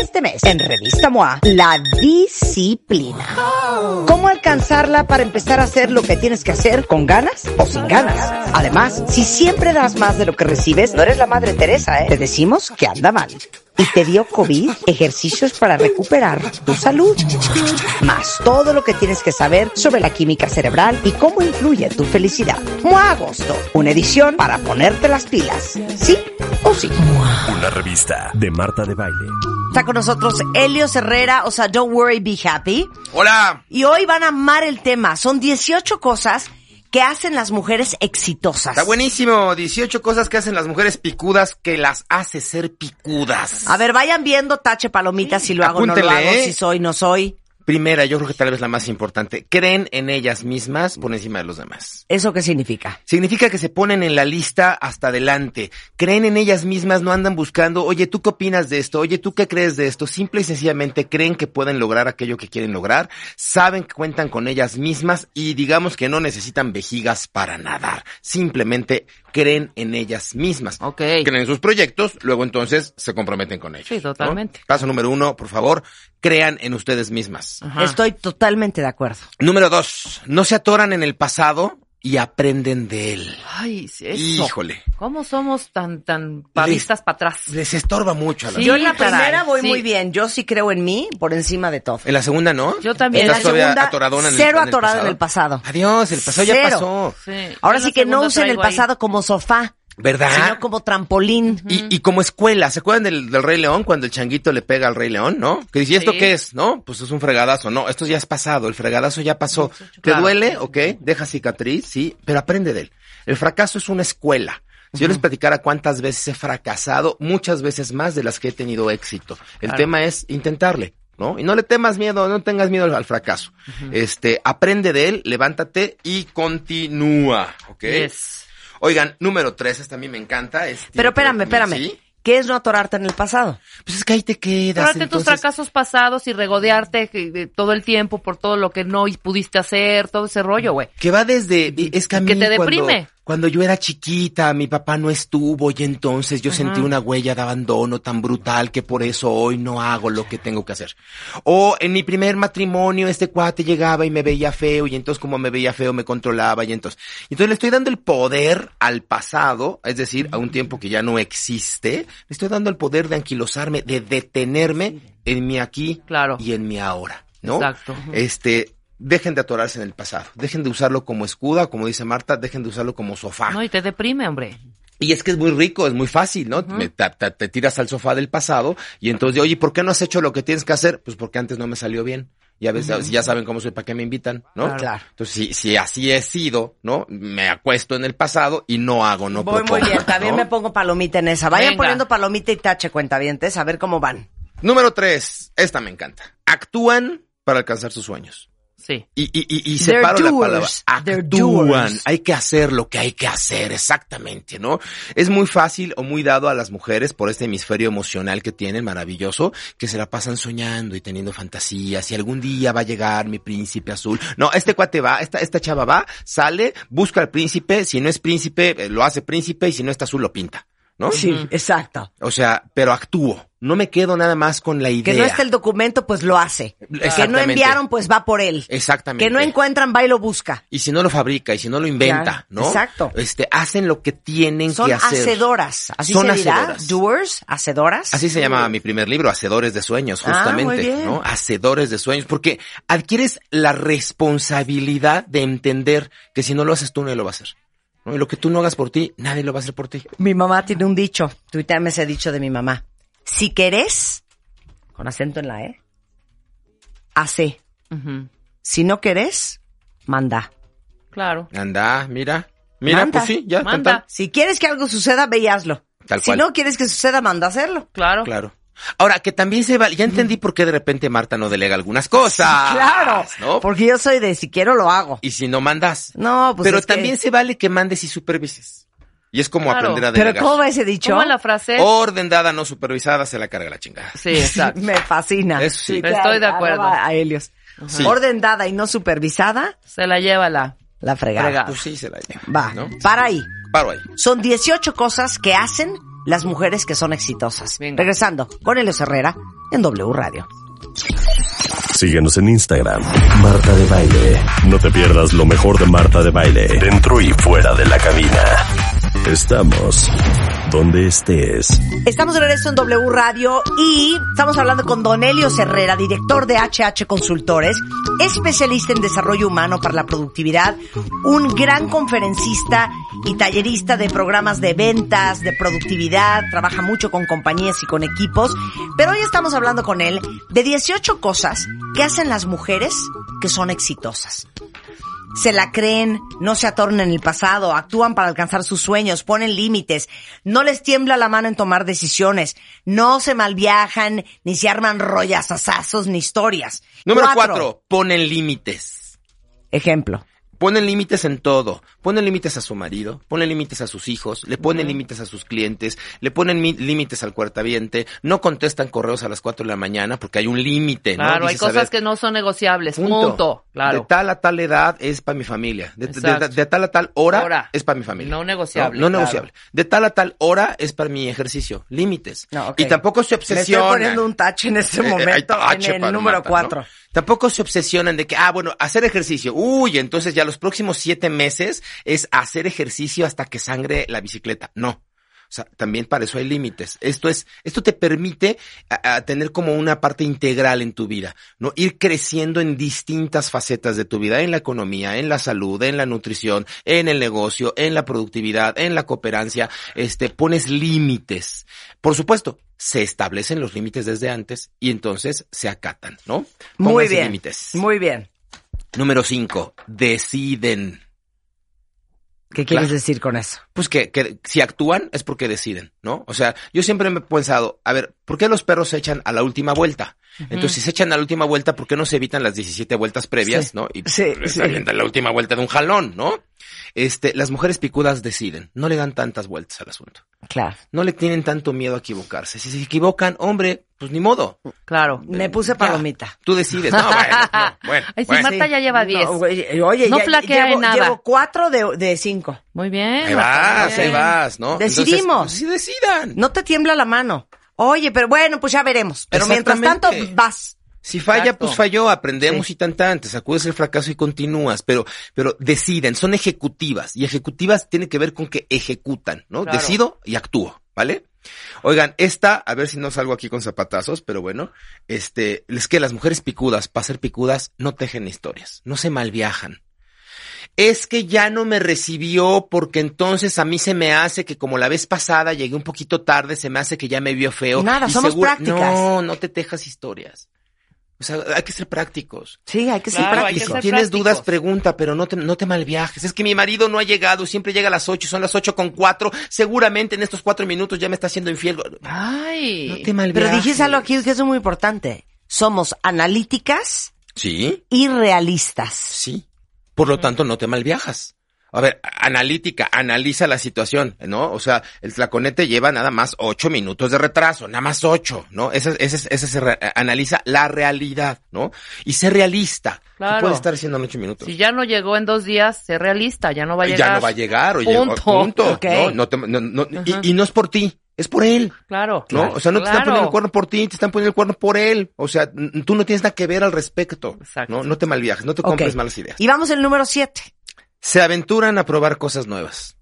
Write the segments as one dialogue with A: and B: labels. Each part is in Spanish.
A: Este mes, en Revista MOA, la disciplina. ¿Cómo alcanzarla para empezar a hacer lo que tienes que hacer con ganas o sin ganas? Además, si siempre das más de lo que recibes, no eres la madre Teresa, ¿eh? Te decimos que anda mal. Y te dio COVID, ejercicios para recuperar tu salud. Más todo lo que tienes que saber sobre la química cerebral y cómo influye tu felicidad. MOA Agosto, una edición para ponerte las pilas. ¿Sí o sí?
B: Una revista de Marta de Baile.
C: Está con nosotros Helios Herrera, o sea, Don't Worry, Be Happy.
D: Hola.
C: Y hoy van a amar el tema. Son 18 cosas que hacen las mujeres exitosas.
D: Está buenísimo. 18 cosas que hacen las mujeres picudas que las hace ser picudas.
C: A ver, vayan viendo, tache palomitas, si lo hago, no lo
D: Apúntele,
C: hago,
D: ¿eh?
C: si soy, no soy.
D: Primera, yo creo que tal vez la más importante. Creen en ellas mismas por encima de los demás.
C: ¿Eso qué significa?
D: Significa que se ponen en la lista hasta adelante. Creen en ellas mismas, no andan buscando, oye, ¿tú qué opinas de esto? Oye, ¿tú qué crees de esto? Simple y sencillamente creen que pueden lograr aquello que quieren lograr, saben que cuentan con ellas mismas y digamos que no necesitan vejigas para nadar. Simplemente creen en ellas mismas.
E: Ok.
D: Creen en sus proyectos, luego entonces se comprometen con ellos.
E: Sí,
D: ¿no?
E: totalmente.
D: Paso número uno, por favor, crean en ustedes mismas.
E: Ajá.
C: Estoy totalmente de acuerdo.
D: Número dos, no se atoran en el pasado y aprenden de él.
E: Ay, sí, eso.
D: Híjole.
E: ¿Cómo somos tan, tan pavistas para atrás?
D: Les estorba mucho a la
E: Sí.
C: Yo en la
E: caray,
C: primera voy
E: sí.
C: muy bien. Yo sí creo en mí por encima de todo.
D: En la segunda, ¿no?
E: Yo también.
D: Estás
C: En la
D: todavía
C: segunda,
D: atoradona en el-
C: cero
D: en el
C: atorada
D: pasado.
C: en el pasado.
D: Adiós, el pasado ya
C: Cero.
D: pasó.
E: Sí.
C: Ahora
E: Yo
C: sí
E: la
C: que no
E: segunda
C: usen el
E: traigo ahí.
C: pasado como sofá,
D: ¿Verdad?
C: sino como trampolín.
D: Y, y como escuela, ¿se acuerdan del, del Rey León cuando el changuito le pega al Rey León, no? Que dice, ¿y esto
E: Sí.
D: qué es? ¿No? Pues es un fregadazo, no, esto ya es pasado, el fregadazo ya pasó. ¿Te
E: Claro.
D: duele? Ok, deja cicatriz, sí, pero aprende de él. El fracaso es una escuela. Si yo les platicara cuántas veces he fracasado, muchas veces más de las que he tenido éxito. El tema es intentarle, ¿no? Y no le temas miedo, no tengas miedo al, al fracaso. Este, aprende de él, levántate y continúa, ¿ok?
E: Yes.
D: Oigan, número tres, esta a mí me encanta. es-
C: Pero espérame, espérame.
D: ¿Sí?
C: ¿Qué es no atorarte en el pasado?
D: Pues es que ahí te quedas.
E: Atorarte tus
D: entonces-
E: fracasos pasados y regodearte eh, de todo el tiempo por todo lo que no y pudiste hacer, todo ese rollo, güey.
D: Que va desde, es que a mí
E: Que te
D: cuando-
E: deprime.
D: Cuando, yo era chiquita, mi papá no estuvo y entonces yo sentí una huella de abandono tan brutal que por eso hoy no hago lo que tengo que hacer. O en mi primer matrimonio este cuate llegaba y me veía feo y entonces como me veía feo me controlaba y entonces. Entonces le estoy dando el poder al pasado, es decir, a un tiempo que ya no existe, le estoy dando el poder de anquilosarme, de detenerme en mi aquí
E: Claro.
D: y en mi ahora, ¿no?
E: Exacto.
D: Este, dejen de atorarse en el pasado, dejen de usarlo como escuda, como dice Marta, dejen de usarlo como sofá.
E: No, y te deprime, hombre.
D: Y es que es muy rico, es muy fácil, ¿no? Me- ta- ta- te tiras al sofá del pasado y entonces, oye, ¿por qué no has hecho lo que tienes que hacer? Pues porque antes no me salió bien. Ya, ves, ya saben cómo soy, ¿para qué me invitan? ¿no?
C: Claro.
D: Entonces, si, si así he sido, ¿no? Me acuesto en el pasado y no hago, no
C: voy muy
D: propongo,
C: bien. También
D: ¿no?
C: me pongo palomita en esa. Vayan
E: Venga.
C: poniendo palomita y tache cuentavientes a ver cómo van.
D: Número tres, esta me encanta. Actúan para alcanzar sus sueños.
E: Sí.
D: Y, y, y, y
C: They're
D: separo
C: doers.
D: la palabra.
C: They're
D: Actúan.
C: doers.
D: Hay que hacer lo que hay que hacer, exactamente, ¿no? Es muy fácil o muy dado a las mujeres por este hemisferio emocional que tienen, maravilloso, que se la pasan soñando y teniendo fantasías. Y algún día va a llegar mi príncipe azul. No, este cuate va, esta, esta chava va, sale, busca al príncipe. Si no es príncipe, eh, lo hace príncipe. Y si no está azul, lo pinta, ¿no?
C: Sí, exacto.
D: O sea, pero actúo. No me quedo nada más con la idea.
C: Que no esté el documento, pues lo hace. Que no
D: Exactamente.
C: enviaron, pues va por él.
D: Exactamente.
C: Que no encuentran, va y lo busca.
D: Y si no lo fabrica, y si no lo inventa,
C: Ya,
D: ¿no?
C: exacto.
D: Este, hacen lo que tienen
C: Son
D: que hacer.
C: hacedoras. Así
D: Son
C: se dirá.
D: hacedoras.
C: Doers, hacedoras.
D: Así se llama mi primer libro, Hacedores de Sueños,
C: Ah,
D: justamente,
C: muy bien.
D: ¿no? Hacedores de Sueños, porque adquieres la responsabilidad de entender que si no lo haces tú, nadie lo va a hacer. ¿no? Y lo que tú no hagas por ti, nadie lo va a hacer por ti.
C: Mi mamá tiene un dicho. Tuiteame ese dicho de mi mamá. Si querés, con acento en la E, hace.
E: Ujú.
C: Si no querés, manda.
E: Claro.
D: Anda, mira. Mira,
C: Manda.
D: pues sí, ya. tan,
E: Manda.
D: tan.
C: Si quieres que algo suceda, ve y hazlo.
D: Tal
C: si
D: cual.
C: no quieres que suceda, manda a hacerlo.
E: Claro.
D: Claro. Ahora, que también se vale. Ya entendí por qué de repente Marta no delega algunas cosas.
C: Mm. Claro,
D: Ah, ¿no?
C: porque yo soy de si quiero lo hago.
D: Y si no mandas.
C: No, pues
D: pero
C: es que-
D: también se vale que mandes y supervises. Y es como
E: Claro.
D: aprender a
C: Pero
D: delegar.
C: ¿cómo va ese dicho?
E: ¿Cómo es la frase?
D: Orden dada, no supervisada, se la carga la chingada.
E: Sí, exacto.
C: Me fascina.
D: Eso sí.
E: Estoy de acuerdo.
C: arroba A Helios.
D: Sí.
C: Orden dada y no supervisada,
E: Se la lleva la.
C: la fregada.
E: Fregada.
D: Pues sí, se la lleva.
C: Va,
D: ¿no?
C: para ahí.
D: Paro ahí.
C: Son 18 cosas que hacen las mujeres que son exitosas.
E: Venga.
C: Regresando con Helios Herrera en W Radio.
B: Síguenos en Instagram, Marta de Baile. No te pierdas lo mejor de Marta de Baile, dentro y fuera de la cabina. Estamos donde estés.
C: Estamos de regreso en W Radio y estamos hablando con Don Helios Herrera, director de HH Consultores, especialista en desarrollo humano para la productividad, un gran conferencista y tallerista de programas de ventas, de productividad, trabaja mucho con compañías y con equipos, pero hoy estamos hablando con él de 18 cosas que hacen las mujeres que son exitosas se la creen, no se atornan en el pasado, actúan para alcanzar sus sueños, ponen límites, no les tiembla la mano en tomar decisiones, no se malviajan, ni se arman rollas, asazos, ni historias.
D: Número cuatro, ponen límites.
C: Ejemplo.
D: Ponen límites en todo. Ponen límites a su marido, ponen límites a sus hijos, le ponen límites a sus clientes, le ponen mi- límites al cuartaviente, no contestan correos a las 4 de la mañana porque hay un límite, ¿no?
E: Claro, hay
D: Dices, a
E: cosas
D: ver,
E: que no son negociables. Punto.
D: De
E: Claro.
D: tal a tal edad es para mi familia. De, de-
E: Exacto.
D: de tal a tal hora,
E: Hora.
D: es para mi familia.
E: No negociable,
D: No, no
E: claro.
D: negociable. De tal a tal hora es para mi ejercicio. Límites.
C: No, ok.
D: Y tampoco se
C: Le estoy
D: obsesionan.
C: poniendo un tache en este
D: Eh, eh, hay
C: momento,
D: tache
C: en el
D: para
C: número
D: Marta,
C: cuatro.
D: ¿no? Tampoco se obsesionan de que, ah, bueno, hacer ejercicio. Uy, entonces ya los próximos siete meses es hacer ejercicio hasta que sangre la bicicleta. No. O sea, también para eso hay límites. Esto es, esto te permite a- a tener como una parte integral en tu vida, ¿no? Ir creciendo en distintas facetas de tu vida, en la economía, en la salud, en la nutrición, en el negocio, en la productividad, en la cooperancia, este, pones límites. Por supuesto, se establecen los límites desde antes y entonces se acatan, ¿no?
C: Muy
D: Pónganse
C: bien.
D: límites.
C: Muy bien.
D: Número cinco, deciden.
C: ¿Qué quieres
D: Claro.
C: decir con eso?
D: pues que, que si actúan es porque deciden, ¿no? O sea, yo siempre me he pensado, a ver, ¿por qué los perros se echan a la última vuelta? Entonces, si se echan a la última vuelta, ¿por qué no se evitan las 17 vueltas previas,
C: Sí.
D: no? Y pues,
C: Sí,
D: se
C: sí.
D: avientan la última vuelta de un jalón, ¿no? Este, las mujeres picudas deciden, no le dan tantas vueltas al asunto.
C: Claro.
D: No le tienen tanto miedo a equivocarse. Si se equivocan, hombre, pues ni modo.
E: Claro.
C: Me puse palomita.
D: Tú decides. No, bueno, no, bueno,
E: Ay, sí,
D: bueno.
E: Marta ya lleva 10.
C: No, güey, oye,
E: No
C: ya
E: flaquea
C: llevo,
E: en nada.
C: llevo cuatro de, de cinco.
E: Muy bien.
D: Ahí
E: Marta,
D: vas,
E: muy
D: ahí
E: bien.
D: vas, ¿no? Entonces,
C: Decidimos.
D: pues, sí decidan.
C: No te tiembla la mano. Oye, pero bueno, pues ya veremos. Pero mientras tanto,
D: Exactamente.
C: vas.
D: Si falla,
E: Exacto.
D: pues falló, aprendemos y tan tan, te sacudes el fracaso y continúas, pero, pero deciden, son ejecutivas, y ejecutivas tiene que ver con que ejecutan, ¿no?
E: Claro.
D: Decido y actúo, ¿vale? Oigan, esta, a ver si no salgo aquí con zapatazos, pero bueno, este, es que las mujeres picudas, para ser picudas, no tejen historias, no se malviajan. Es que ya no me recibió porque entonces a mí se me hace que como la vez pasada llegué un poquito tarde, se me hace que ya me vio feo.
C: Nada,
D: y
C: somos
D: seguro-
C: prácticas.
D: No, no te tejas historias. O sea, hay que ser prácticos.
C: Sí, hay que ser
E: Claro, hay
D: Y
E: que
D: si
C: práctico.
E: ser
D: tienes
E: prácticos.
D: dudas, pregunta, pero no te, no te malviajes. Es que mi marido no ha llegado, siempre llega a las ocho, son las ocho con cuatro. Seguramente en estos cuatro minutos ya me está haciendo infiel.
E: Ay.
D: No te malviajes.
C: Pero dijiste algo aquí que es muy importante. Somos analíticas
D: Sí,
C: y realistas.
D: sí. Por lo tanto, no te malviajas. A ver, a- analítica, analiza la situación, ¿no? O sea, el tlaconete lleva nada más ocho minutos de retraso, nada más ocho, ¿no? Ese, ese, ese se re- eh, analiza la realidad, ¿no? Y sé realista.
E: Claro.
D: No puedes estar haciendo en ocho minutos.
E: Si ya no llegó en dos días, sé realista, ya no va a llegar.
D: Ya no va a llegar, oye,
E: Punto.
D: punto.
C: Ok.
D: No, no te- no, no, y, y no es por ti, es por él.
E: Claro.
D: ¿No? O sea, no te están
E: Claro.
D: poniendo el cuerno por ti, te están poniendo el cuerno por él. O sea, n- tú no tienes nada que ver al respecto.
E: Exacto.
D: No, no te malviajes, no te
C: Ok.
D: compres malas ideas.
C: Y vamos al número siete.
D: Se aventuran a probar cosas nuevas.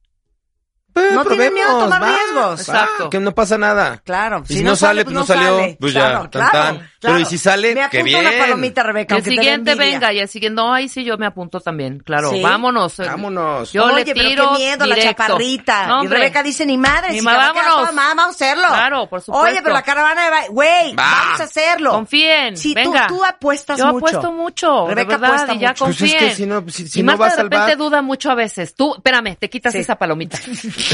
D: Pues,
C: No tienen
D: probemos,
C: miedo a tomar
D: va,
C: riesgos.
D: va,
E: Exacto.
D: Que no pasa nada.
C: Claro.
D: Y si, no, sale, pues no salió.
C: sale.
D: Pues
C: Claro,
D: ya, tan,
C: claro,
D: tan.
C: claro.
D: Pero y si sale,
C: Me
D: qué
C: apunto
D: bien.
C: una palomita, Rebeca.
E: El
C: aunque te dé
E: siguiente
C: envidia.
E: venga y el siguiente, no, ahí sí yo me apunto también, claro,
C: Sí.
E: vámonos.
D: Vámonos.
E: Yo
C: Oye,
E: le
C: pero
E: tiro
C: qué miedo, la
E: directo.
C: chaparrita.
E: No,
C: y
E: hombre.
C: Rebeca dice, ni madre,
E: Ni
C: si
E: ma-
C: se va a quedar
E: vámonos.
C: toda mamá, vamos a hacerlo.
E: Claro, por supuesto.
C: Oye, pero la caravana de... ba- Güey,
D: Va.
C: vamos a hacerlo.
E: Confíen,
C: Sí,
E: venga.
C: tú, tú apuestas
E: Yo
C: mucho.
E: apuesto mucho,
C: Rebeca
E: de verdad,
C: apuesta
E: y ya
C: mucho.
D: Pues es que
E: confíen.
D: si no- si- si
E: y
D: no
E: Marta
D: va a
E: de repente
D: salvar-
E: duda mucho a veces. Tú, espérame, te quitas
C: Sí.
E: esa palomita.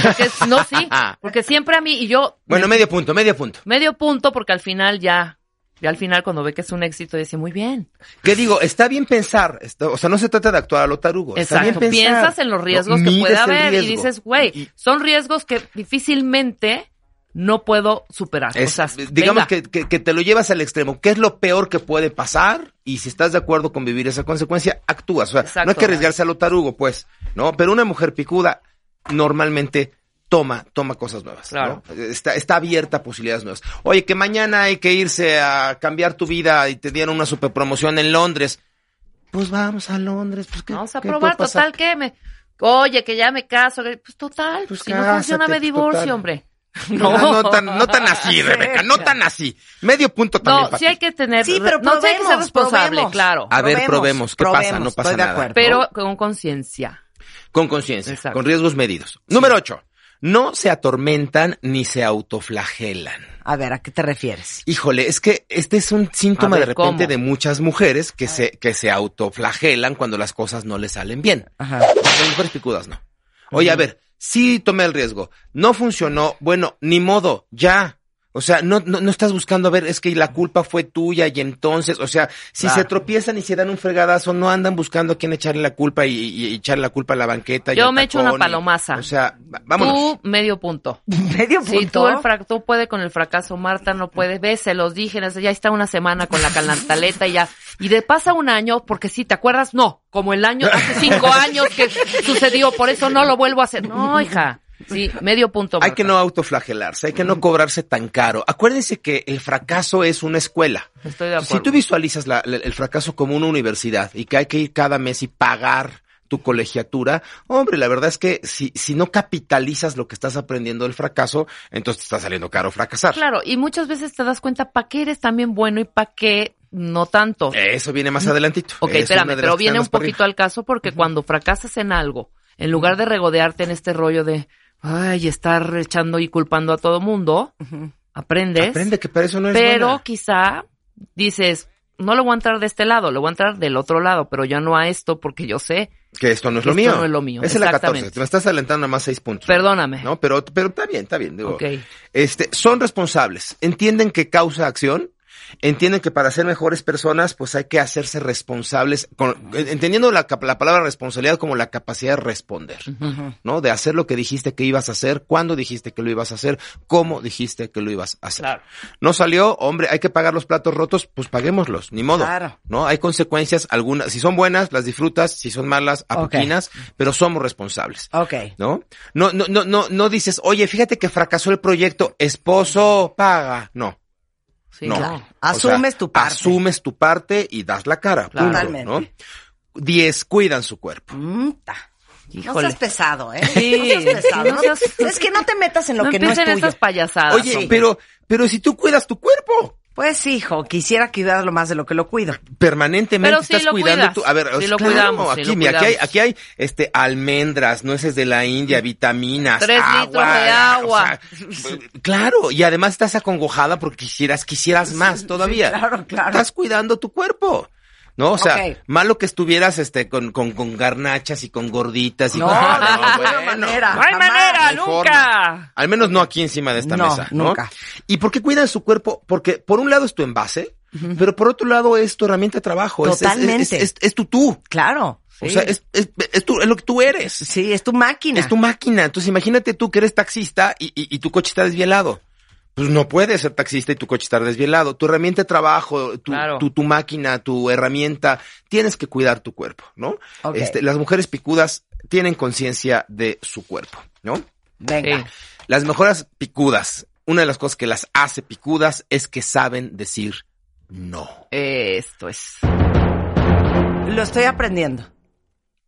E: Porque es- no, sí, porque siempre a mí y yo
D: Bueno, medio punto, medio punto.
E: medio punto porque al final ya, ya al final cuando ve que es un éxito dice, muy bien.
D: ¿Qué digo? Está bien pensar. está- o sea, no se trata de actuar a lo tarugo. Está bien
E: Exacto,
D: pensar.
E: piensas en los riesgos
D: No,
E: que puede
D: mides el
E: haber y
D: riesgo.
E: dices, güey,
D: Y-
E: son riesgos que difícilmente no puedo superar.
D: es- eh,
E: o sea, venga.
D: digamos que, que- que te lo llevas al extremo. ¿Qué es lo peor que puede pasar? Y si estás de acuerdo con vivir esa consecuencia, actúas. O sea,
E: Exacto.
D: no hay que arriesgarse a lo tarugo, pues, ¿no? Pero una mujer picuda normalmente toma, toma cosas nuevas.
E: Claro.
D: ¿no? Está, está abierta a posibilidades nuevas. Oye, que mañana hay que irse a cambiar tu vida y te dieron una super promoción en Londres. Pues vamos a Londres. Pues, ¿qué-
E: Vamos a
D: qué puede
E: probar,
D: pasar?
E: total que me... Oye, que ya me caso. que- Pues total,
D: Pues
E: si no
D: cásate,
E: funciona me
D: pues,
E: divorcio,
D: total.
E: hombre.
D: No, no tan, no tan así, Rebeca, no tan así. Medio punto también.
E: No,
D: para
E: sí
D: ti.
E: hay que tener...
C: Sí, pero
E: no sí hay que ser
C: probemos,
E: responsable,
C: probemos.
E: claro.
D: A ver, probemos, ¿qué pasa? No pasa
C: estoy
D: nada.
C: De acuerdo.
E: Pero con conciencia.
D: Con conciencia,
E: Exacto.
D: con riesgos medidos. Número ocho, no se atormentan ni se autoflagelan.
C: A ver, ¿a qué te refieres?
D: Híjole, es que este es un síntoma
E: A ver,
D: de repente
E: ¿cómo?
D: de muchas mujeres que se, que se autoflagelan cuando las cosas no les salen bien.
C: Ajá.
D: Las mujeres picudas no. Oye, a ver, sí tomé el riesgo, no funcionó, bueno, ni modo, ya. O sea, no, no, no estás buscando, a ver, es que la culpa fue tuya y entonces, o sea, si
C: Claro.
D: se tropiezan y se dan un fregadazo, no andan buscando a quién echarle la culpa y, y- y echarle la culpa a la banqueta. y
E: Yo
D: al
E: me echo una
D: tacón y-
E: palomaza.
D: o sea, va- vámonos.
E: Tú, medio punto.
C: Medio punto.
E: Si tú, el fra- tú puede con el fracaso, Marta no puede. Ve, se los dije, no sé, ya está una semana con la calantaleta y ya. Y de pasa un año, porque si te acuerdas, no, como el año, hace cinco años que sucedió, por eso no lo vuelvo a hacer. No, hija. Sí, medio punto.
D: Hay
E: Marta.
D: que no autoflagelarse, hay que no cobrarse tan caro. Acuérdense que el fracaso es una escuela.
E: Estoy de
D: Si
E: acuerdo.
D: tú visualizas la- la- el fracaso como una universidad y que hay que ir cada mes y pagar tu colegiatura, hombre, la verdad es que si, si no capitalizas lo que estás aprendiendo del fracaso, entonces te está saliendo caro fracasar.
E: Claro, y muchas veces te das cuenta para qué eres también bueno y para qué no tanto.
D: Eso viene más adelantito.
E: Mm. Ok,
D: Es una
E: espérame,
D: de
E: pero
D: las que
E: viene
D: andas
E: un
D: para arriba.
E: poquito al caso porque cuando fracasas en algo, en lugar de regodearte en este rollo de, ay, estar echando y culpando a todo mundo, aprendes,
D: Aprende que para eso no es
E: pero
D: buena.
E: quizá dices, no lo voy a entrar de este lado, lo voy a entrar del otro lado, pero ya no a esto porque yo sé,
D: que esto no es lo
E: esto
D: mío.
E: no es lo mío,
D: Esa es la 14.
E: exactamente.
D: Te me estás adelantando a más seis puntos.
E: perdóname.
D: No, pero, pero está bien, está bien. Digo,
E: Ok.
D: este, son responsables, entienden que causa acción, entienden que para ser mejores personas, pues hay que hacerse responsables, con- entendiendo la, cap- la palabra responsabilidad como la capacidad de responder, ¿no? De hacer lo que dijiste que ibas a hacer, cuándo dijiste que lo ibas a hacer, cómo dijiste que lo ibas a hacer.
E: Claro.
D: No salió, hombre, hay que pagar los platos rotos, pues paguémoslos, ni modo.
C: Claro.
D: ¿No? Hay consecuencias algunas, si son buenas, las disfrutas, si son malas, apoquinas, pero somos responsables.
C: Ok.
D: ¿No? No, no, no, no, no dices, oye, fíjate que fracasó el proyecto, esposo paga. No,
E: Sí,
D: no.
E: claro.
C: Asumes tu parte.
D: Asumes tu parte y das la cara.
E: Claro.
D: Punto, ¿no? Diez, cuidan su cuerpo.
C: Mm, ta. No
E: Híjole.
C: seas pesado, ¿eh?
E: Sí.
C: No seas pesado.
E: No seas-
C: Es que no te metas en lo
E: no
C: que no es
E: empiecen
C: tuyo.
E: estas
C: Ah,
E: payasadas.
D: Oye,
E: hombre.
D: pero, pero si tú cuidas tu cuerpo,
C: Pues, hijo, quisiera cuidarlo más de lo que lo cuido.
D: permanentemente
E: Pero sí
D: estás
E: lo
D: cuidando
E: cuidas.
D: tu, a ver,
E: Sí lo
D: claro,
E: cuidamos, sí
D: aquí,
E: lo
D: mira, aquí hay,
E: cuidamos. Mm.
D: aquí hay, este, almendras, nueces de la India, vitaminas,
E: Tres
D: agua,
E: litros de agua.
D: o sea, claro, y además estás acongojada porque quisieras, quisieras más todavía.
C: claro, claro.
D: Estás cuidando tu cuerpo. No, o sea,
C: Ok.
D: malo que estuvieras este con, con, con garnachas y con gorditas y
C: No,
D: con-
C: de ninguna
D: bueno.
C: manera.
E: no hay
C: jamás.
E: manera,
D: No hay
E: nunca.
D: forma. Al menos no aquí encima de esta
C: No,
D: mesa, ¿no?
C: nunca.
D: ¿Y por qué cuidan su cuerpo? Porque por un lado es tu envase, pero por otro lado es tu herramienta de trabajo. es- es- es-
C: Totalmente.
D: Es, es- es tu tú.
C: Claro.
D: O sea, es, es, es tu- es lo que tú eres.
C: Sí, es tu máquina.
D: Es tu máquina. Entonces imagínate tú que eres taxista y, y- y tu coche está desvielado. Pues no puedes ser taxista y tu coche estar desvielado. Tu herramienta de trabajo, tu,
E: Claro.
D: tu, tu máquina, tu herramienta, tienes que cuidar tu cuerpo, ¿no?
C: Ok.
D: Este, las mujeres picudas tienen conciencia de su cuerpo, ¿no?
C: Venga.
E: Sí.
D: Las mejoras picudas, una de las cosas que las hace picudas es que saben decir no.
E: Esto es.
C: Lo estoy aprendiendo.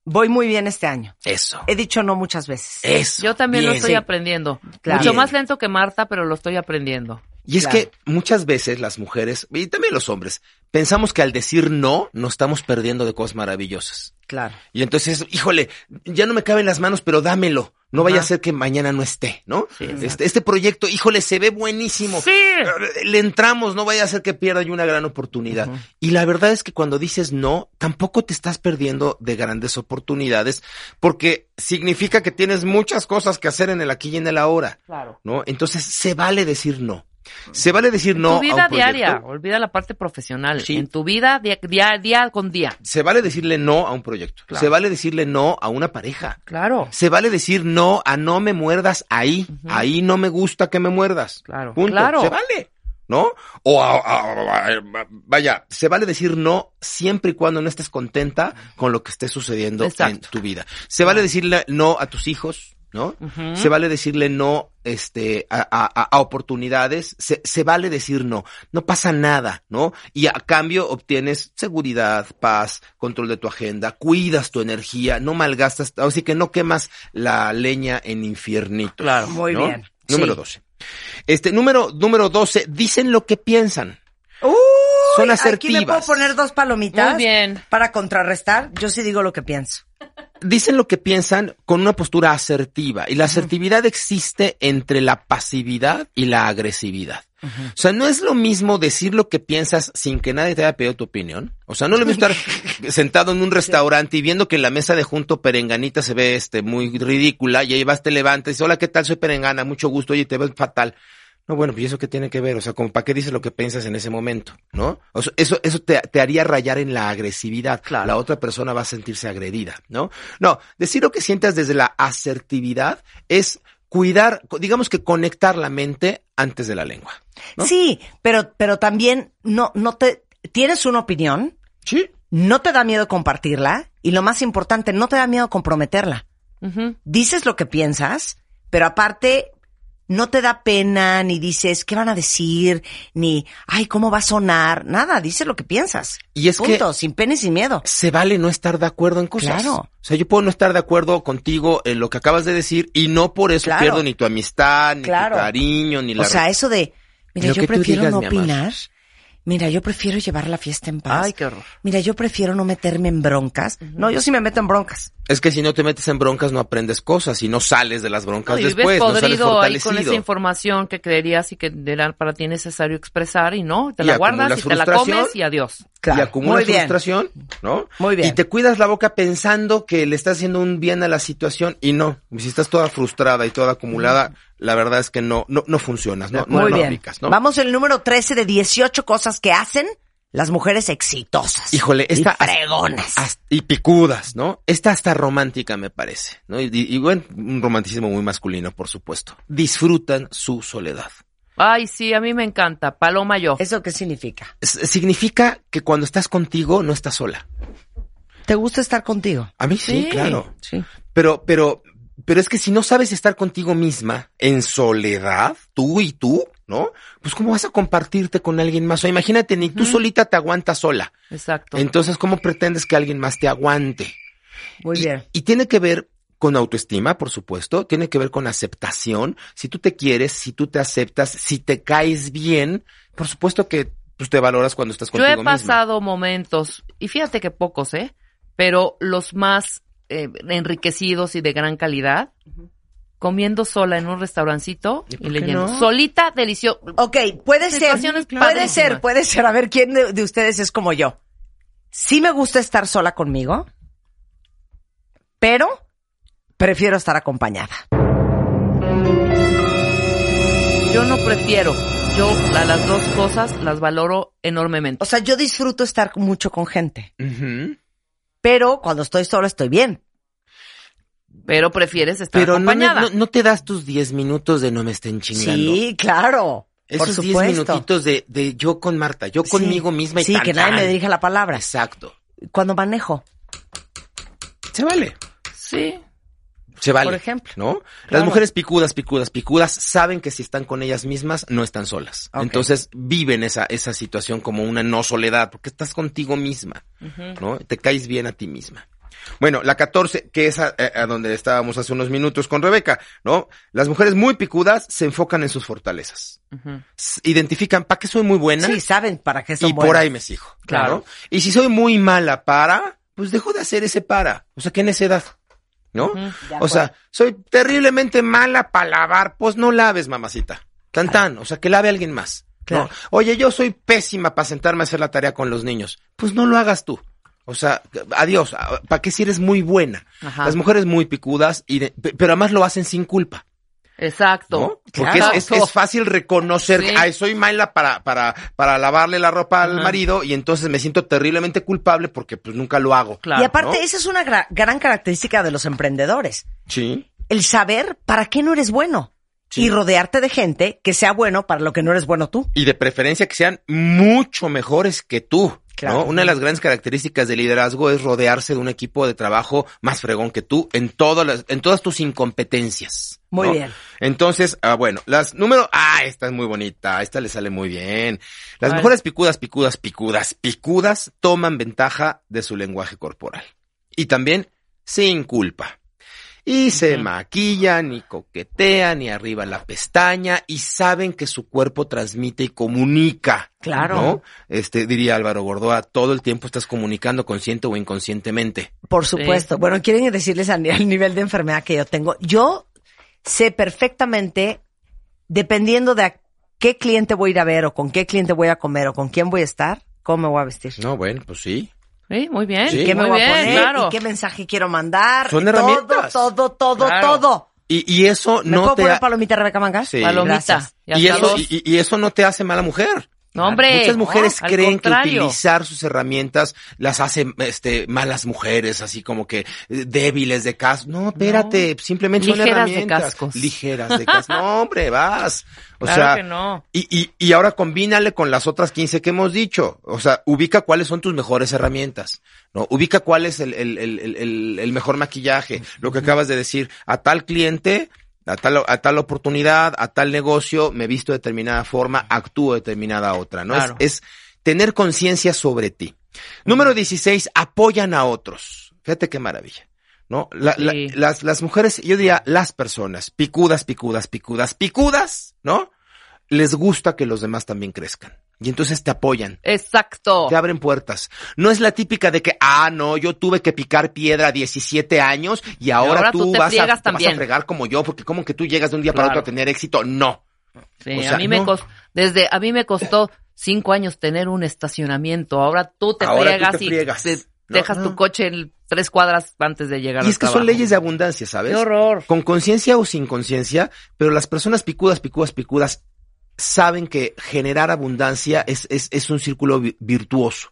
C: Voy muy bien este año.
D: Eso.
C: He dicho no muchas veces.
D: Eso.
E: Yo también lo
D: Bien.
E: estoy
D: Sí.
E: aprendiendo.
C: Claro.
E: Mucho
D: Bien.
E: más lento que Marta, pero lo estoy aprendiendo.
D: Y es
C: Claro.
D: que muchas veces las mujeres, y también los hombres, pensamos que al decir no, nos estamos perdiendo de cosas maravillosas.
C: Claro.
D: Y entonces, híjole, ya no me caben las manos, pero dámelo. No vaya
E: Ajá.
D: a ser que mañana no esté, ¿no?
E: Sí, exacto.
D: este, este proyecto, híjole, se ve buenísimo.
E: Sí.
D: Le entramos, no vaya a ser que pierda yo una gran oportunidad. Y la verdad es que cuando dices no, tampoco te estás perdiendo de grandes oportunidades, porque significa que tienes muchas cosas que hacer en el aquí y en el ahora,
E: Claro.
D: ¿no? Entonces se vale decir no. Se vale decir no. a
E: tu
D: un
E: vida
D: proyecto.
E: diaria, olvida la parte profesional.
D: Sí.
E: En tu vida dia- dia- día con día.
D: Se vale decirle no a un proyecto.
E: Claro.
D: Se vale decirle no a una pareja.
E: Claro.
D: Se vale decir no a no me muerdas ahí. Ahí no me gusta que me muerdas.
E: Claro.
D: Punto.
E: Claro.
D: Se vale. ¿No? O a- a- a- vaya, se vale decir no siempre y cuando no estés contenta con lo que esté sucediendo en
E: Exacto.
D: tu vida. Se vale decirle no a tus hijos, ¿no?
E: Ujú.
D: Se vale decirle no este, a, a- a- a oportunidades, se, se vale decir no, no pasa nada, ¿no? Y a cambio obtienes seguridad, paz, control de tu agenda, cuidas tu energía, no malgastas, así que no quemas la leña en infiernitos.
E: Claro.
C: Muy
D: ¿no?
C: bien.
D: Número
C: Sí.
D: 12. Este, número, número 12, dicen lo que piensan.
C: Uy,
D: Son
C: Aquí me puedo
D: asertivas.
C: poner dos palomitas.
E: Muy bien.
C: Para contrarrestar, yo sí digo lo que pienso.
D: dicen lo que piensan con una postura asertiva y la asertividad existe entre la pasividad y la agresividad. O sea, no es lo mismo decir lo que piensas sin que nadie te haya pedido tu opinión. O sea, no le mismo estar sentado en un restaurante y viendo que la mesa de junto perenganita se ve este muy ridícula y ahí vas, te levantas y dices, hola, ¿qué tal? Soy perengana, mucho gusto, oye, te ves fatal. No, bueno, pues ¿y eso qué tiene que ver, o sea, como para qué dices lo que piensas en ese momento, ¿no? O sea, eso, eso te, te haría rayar en la agresividad. Claro. La otra persona va a sentirse agredida, ¿no? No, decir lo que sientas desde la asertividad es cuidar, co- digamos que conectar la mente antes de la lengua. ¿no?
C: Sí, pero, pero también no, no te, tienes una opinión,
D: Sí.
C: no te da miedo compartirla y lo más importante, no te da miedo comprometerla.
E: Ujú.
C: Dices lo que piensas, pero aparte no te da pena ni dices qué van a decir, ni ay, cómo va a sonar, nada, dices lo que piensas.
D: Y es que-
C: Punto, sin pena y sin miedo.
D: se vale no estar de acuerdo en cosas.
C: Claro.
D: O sea, yo puedo no estar de acuerdo contigo en lo que acabas de decir y no por eso
C: Claro.
D: pierdo ni tu amistad, ni
C: Claro.
D: tu cariño, ni la...
C: O sea, eso de, mira,
D: Lo
C: yo
D: que tú
C: prefiero
D: digas,
C: no
D: mi amor.
C: opinar. Mira, yo prefiero llevar la fiesta en paz.
E: Ay, qué horror.
C: Mira, yo prefiero no meterme en broncas. No, yo sí me meto en broncas.
D: Es que si no te metes en broncas no aprendes cosas y no sales de las broncas
E: No, y
D: después,
E: vives
D: no sales
E: podrido ahí con
D: fortalecido.
E: esa información que creerías y que era para ti necesario expresar y no, te
D: Y
E: la guardas
D: acumulas
E: y te la
D: frustración.
E: comes y adiós.
C: Claro.
D: Y
C: Muy
D: acumulas
C: bien.
D: frustración, ¿no?
C: Muy bien.
D: Y te cuidas la boca pensando que le estás haciendo un bien a la situación y no. Si estás toda frustrada y toda acumulada, la verdad es que no, no, no funcionas, no, no,
C: Mm. Muy
D: no
C: bien.
D: aplicas, ¿no?
C: Vamos al número 13 de 18 cosas que hacen las mujeres exitosas.
D: Híjole, esta.
C: Y fregonas.
D: hasta- y picudas, ¿no? Esta hasta romántica me parece, ¿no? Y, y- y bueno, un romanticismo muy masculino, por supuesto. Disfrutan su soledad.
E: Ay, sí, a mí me encanta. Paloma yo.
C: ¿Eso qué significa?
D: S- significa que cuando estás contigo no estás sola.
C: ¿Te gusta estar contigo?
D: A mí sí, claro.
E: Sí.
D: Pero, pero, pero es que si no sabes estar contigo misma en soledad, tú y tú, ¿no? Pues cómo vas a compartirte con alguien más. O imagínate, ni tú solita te aguantas sola.
E: Exacto.
D: Entonces, ¿cómo pretendes que alguien más te aguante?
C: Muy
D: y,
C: bien.
D: y tiene que ver con autoestima, por supuesto, tiene que ver con aceptación. Si tú te quieres, si tú te aceptas, si te caes bien, por supuesto que pues, te valoras cuando estás
E: Yo
D: contigo
E: he
D: misma.
E: pasado momentos, y fíjate que pocos, ¿eh? Pero los más eh, enriquecidos y de gran calidad, comiendo sola en un restaurancito y,
D: por qué
E: leyendo.
D: no?
E: Solita, delicioso.
C: Ok, puede ser.
E: Situaciones
C: Puede
E: padrísimas.
C: ser, puede ser. A ver, ¿quién de, de ustedes es como yo? Sí me gusta estar sola conmigo, pero prefiero estar acompañada.
E: Yo no prefiero. Yo a las dos cosas las valoro
C: O
E: enormemente.
C: sea, yo disfruto estar mucho con gente,
D: Ujú.
C: pero cuando estoy sola estoy bien.
E: Pero prefieres estar
D: Pero no,
E: acompañada.
D: no, no te das tus 10 minutos de no me estén chingando.
C: Sí, claro. por
D: Esos 10
C: supuesto.
D: minutitos de, de yo con Marta, yo
C: Sí.
D: conmigo misma y
C: Sí,
D: tan,
C: que nadie
D: tan.
C: me dirija la palabra.
D: Exacto.
C: Cuando manejo.
D: Se vale.
E: Sí.
D: Se vale.
E: Por ejemplo.
D: ¿No?
E: Claro.
D: Las mujeres picudas, picudas, picudas saben que si están con ellas mismas no están solas.
C: Ok.
D: Entonces viven esa, esa situación como una no soledad porque estás contigo misma, ¿no? Te caes bien a ti misma. Bueno, la 14, que es a, a- a donde estábamos hace unos minutos con Rebeca, ¿no? Las mujeres muy picudas se enfocan en sus fortalezas.
E: Ujú.
D: S- Identifican para qué soy muy buena
C: Sí, saben para qué son
D: y por
C: buenas.
D: ahí me sigo.
E: Claro.
D: Claro. Y si soy muy mala para, pues dejo de hacer ese para. O sea, qué necedad. ¿no?
E: Mm.
A: de
D: O sea, soy terriblemente mala para lavar, pues no laves, mamacita. Tan tan, o sea, que lave alguien más. ¿no?
C: Claro.
D: Oye, yo soy pésima para sentarme a hacer la tarea con los niños. Pues no lo hagas tú. O sea, adiós, Ah, ¿para qué si eres muy buena?
E: Ajá.
D: Las mujeres muy picudas, y de- pe- pero además lo hacen sin culpa.
E: Exacto.
D: ¿no? Porque es- es,
E: Exacto.
D: es fácil reconocer que
E: Sí.
D: "Ay, soy mala para, para, para lavarle la ropa al marido y entonces me siento terriblemente culpable porque pues nunca lo hago.
E: Claro.
C: y aparte,
D: ¿no?
C: esa es una gra- gran característica de los emprendedores.
D: Sí.
C: El saber para qué no eres bueno.
D: Sí.
C: Y rodearte de gente que sea bueno para lo que no eres bueno tú.
D: Y de preferencia que sean mucho mejores que tú.
C: Claro.
D: ¿no? Una de las grandes características del liderazgo es rodearse de un equipo de trabajo más fregón que tú en todas las, en todas tus incompetencias.
C: Muy
D: ¿no?
C: bien.
D: Entonces, ah, bueno, las número, ah, esta es muy bonita, esta le sale muy bien. Las
E: ¿Cuál?
D: mujeres picudas, picudas, picudas, picudas toman ventaja de su lenguaje corporal. Y también sin culpa. Y se maquillan y coquetean y arriba la pestaña y saben que su cuerpo transmite y comunica.
C: Claro.
D: ¿no? Este, diría Álvaro Gordoa, todo el tiempo estás comunicando consciente o inconscientemente.
C: Por supuesto. Bueno, quieren decirles a- al nivel de enfermedad que yo tengo. Yo sé perfectamente, dependiendo de a qué cliente voy a ir a ver o con qué cliente voy a comer o con quién voy a estar, cómo me voy a vestir.
D: No, bueno, pues sí.
E: Sí, muy bien.
D: Sí.
C: ¿Qué me
E: muy
C: voy a
E: bien,
C: poner?
E: claro.
C: ¿Y qué mensaje quiero mandar?
D: Son
C: Todo,
D: herramientas.
C: Todo, todo,
E: Claro.
C: todo.
D: Y, y eso
C: ¿Me
D: no
C: puedo
D: te
C: poner
D: ha-
C: palomita Rebeca Mangas?
D: Sí.
E: Palomita.
C: Gracias.
E: Y hasta
D: Y eso,
E: dos.
D: y, y eso no te hace mala mujer.
E: No, hombre,
D: Muchas mujeres
E: no, al
D: creen que
E: contrario.
D: utilizar sus herramientas las hace este, malas mujeres, así como que eh, débiles de casco. No, espérate, simplemente son
E: Ligeras de
D: herramientas.
E: cascos.
D: Ligeras de cascos. No, hombre, vas. O
E: Claro
D: sea,
E: que no.
D: y, y, y ahora combínale con las otras 15 que hemos dicho. O sea, ubica cuáles son tus mejores herramientas, ¿no? Ubica cuál es el, el, el, el- el, el mejor maquillaje. Lo que acabas de decir, a tal cliente, a tal, a tal oportunidad, a tal negocio, me visto de determinada forma, actúo de determinada otra, ¿no? Es-
E: Claro.
D: Es, tener conciencia sobre ti. Número 16, apoyan a otros. Fíjate qué maravilla. ¿No? La- la-
E: Sí.
D: las, las mujeres, yo diría las personas, picudas, picudas, picudas, picudas, ¿no? les gusta que los demás también crezcan. Y entonces te apoyan,
E: Exacto.
D: te abren puertas. No es la típica de que, ah, no, yo tuve que picar piedra a 17 años y ahora,
E: ahora
D: tú,
E: tú te
D: vas, a,
E: friegas
D: te vas
E: también.
D: a fregar como yo, porque como que tú llegas de un día para
E: Claro.
D: otro a tener éxito. No.
E: Sí,
D: O sea,
E: a mí me
D: no.
E: costó, desde, a mí me costó cinco años tener un estacionamiento. Ahora tú te
D: Ahora tú
E: friegas
D: te
E: y
D: friegas.
E: te-
D: No,
E: dejas
D: no.
E: tu coche en tres cuadras antes de llegar
D: Y
E: al
D: es que son
E: trabajo.
D: leyes de abundancia, ¿sabes?
E: Qué horror.
D: Con conciencia o sin conciencia, pero las personas picudas, picudas, picudas saben que generar abundancia es, es, es un círculo vi- virtuoso.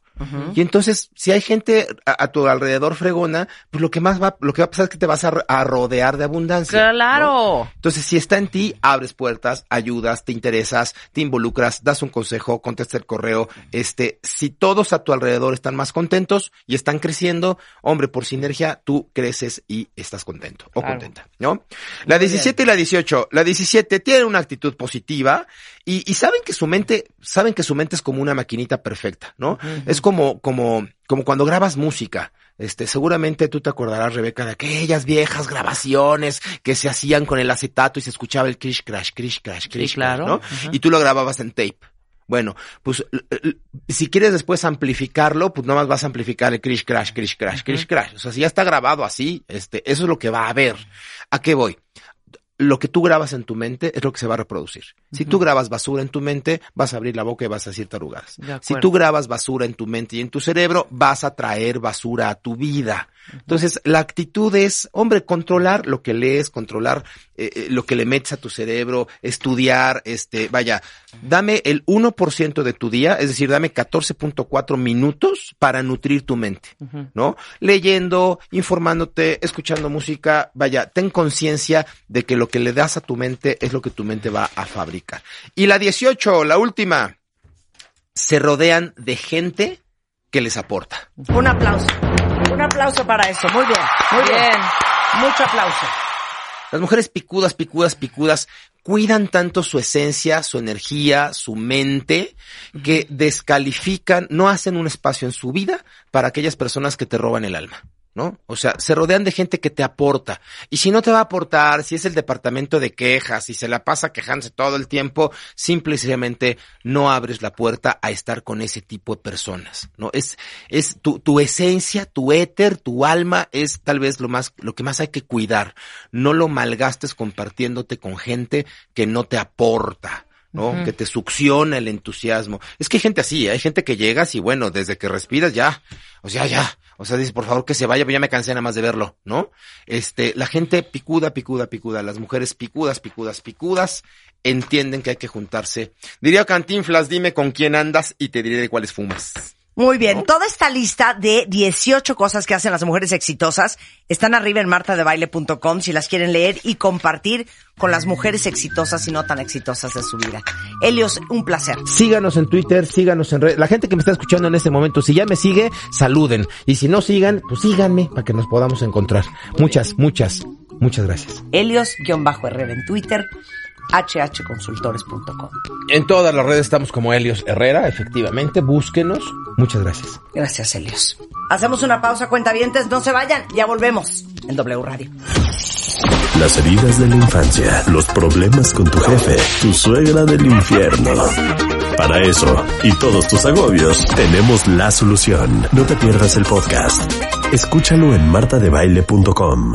D: Y entonces, si hay gente a, a tu alrededor fregona, pues lo que más va, lo que va a pasar es que te vas a, r- a rodear de abundancia. ¿no?
E: Claro.
D: Entonces, si está en ti, abres puertas, ayudas, te interesas, te involucras, das un consejo, contestas el correo. Este, si todos a tu alrededor están más contentos y están creciendo, hombre, por sinergia, tú creces y estás contento o
E: Claro.
D: contenta, ¿no? La 17 y la 18. La 17 tiene una actitud positiva y, y saben que su mente, saben que su mente es como una maquinita perfecta, ¿no? Es como, como, como cuando grabas música. Este, seguramente tú te acordarás, Rebeca, de aquellas viejas grabaciones que se hacían con el acetato y se escuchaba el crish crash, crish crash, crish crash,
E: claro.
D: ¿no?
E: Ajá.
D: Y tú lo grababas en tape. Bueno, pues l- l- si quieres después amplificarlo, pues nomás vas a amplificar el crish crash, crish crash, crish crash. O sea, si ya está grabado así, este, eso es lo que va a haber. ¿A qué voy? Lo que tú grabas en tu mente es lo que se va a reproducir. Si tú grabas basura en tu mente, vas a abrir la boca y vas a decir tarugadas.
E: De
D: Si
E: acuerdo.
D: tú grabas basura en tu mente y en tu cerebro, vas a traer basura a tu vida. Entonces, la actitud es, hombre, controlar lo que lees, controlar eh, eh, lo que le metes a tu cerebro, estudiar, este, vaya, dame el 1% de tu día, es decir, dame 14.4 minutos para nutrir tu mente, ¿no? Leyendo, informándote, escuchando música, vaya, ten conciencia de que lo que le das a tu mente es lo que tu mente va a fabricar. Y la 18, la última se rodean de gente que les aporta.
C: Un aplauso. Un aplauso para eso. Muy bien. Muy bien.
E: Bien.
C: Mucho aplauso.
D: Las mujeres picudas, picudas, picudas cuidan tanto su esencia, su energía, su mente, que descalifican, no hacen un espacio en su vida para aquellas personas que te roban el alma. ¿no? O sea, se rodean de gente que te aporta. Y si no te va a aportar, si es el departamento de quejas, si se la pasa quejándose todo el tiempo, simple y sencillamente no abres la puerta a estar con ese tipo de personas, ¿no? Es, es tu, tu esencia, tu éter, tu alma es tal vez lo más, lo que más hay que cuidar. No lo malgastes compartiéndote con gente que no te aporta. ¿no? Que te succiona el entusiasmo. Es que hay gente así, ¿eh? hay gente que llegas y bueno, desde que respiras ya, o sea, ya, o sea, dices, por favor que se vaya, pero ya me cansé nada más de verlo, ¿no? Este, la gente picuda, picuda, picuda, las mujeres picudas, picudas, picudas, entienden que hay que juntarse. Diría Cantinflas, dime con quién andas y te diré de cuáles fumas.
C: Muy bien, toda esta lista de 18 cosas que hacen las mujeres exitosas están arriba en martadebaile.com si las quieren leer y compartir con las mujeres exitosas y no tan exitosas de su vida. Helios, un placer.
D: Síganos en Twitter, síganos en redes. La gente que me está escuchando en este momento, si ya me sigue, saluden. Y si no sigan, pues síganme para que nos podamos encontrar. Muchas, muchas, muchas gracias.
C: Helios-RR en Twitter, hhconsultores.com.
D: En todas las redes estamos como Helios Herrera, efectivamente. Búsquenos. Muchas gracias.
C: Gracias, Helios. Hacemos una pausa, cuentavientes, no se vayan, ya volvemos en W Radio.
B: Las heridas de la infancia, los problemas con tu jefe, tu suegra del infierno. Para eso y todos tus agobios, tenemos la solución. No te pierdas el podcast. Escúchalo en martadebaile.com.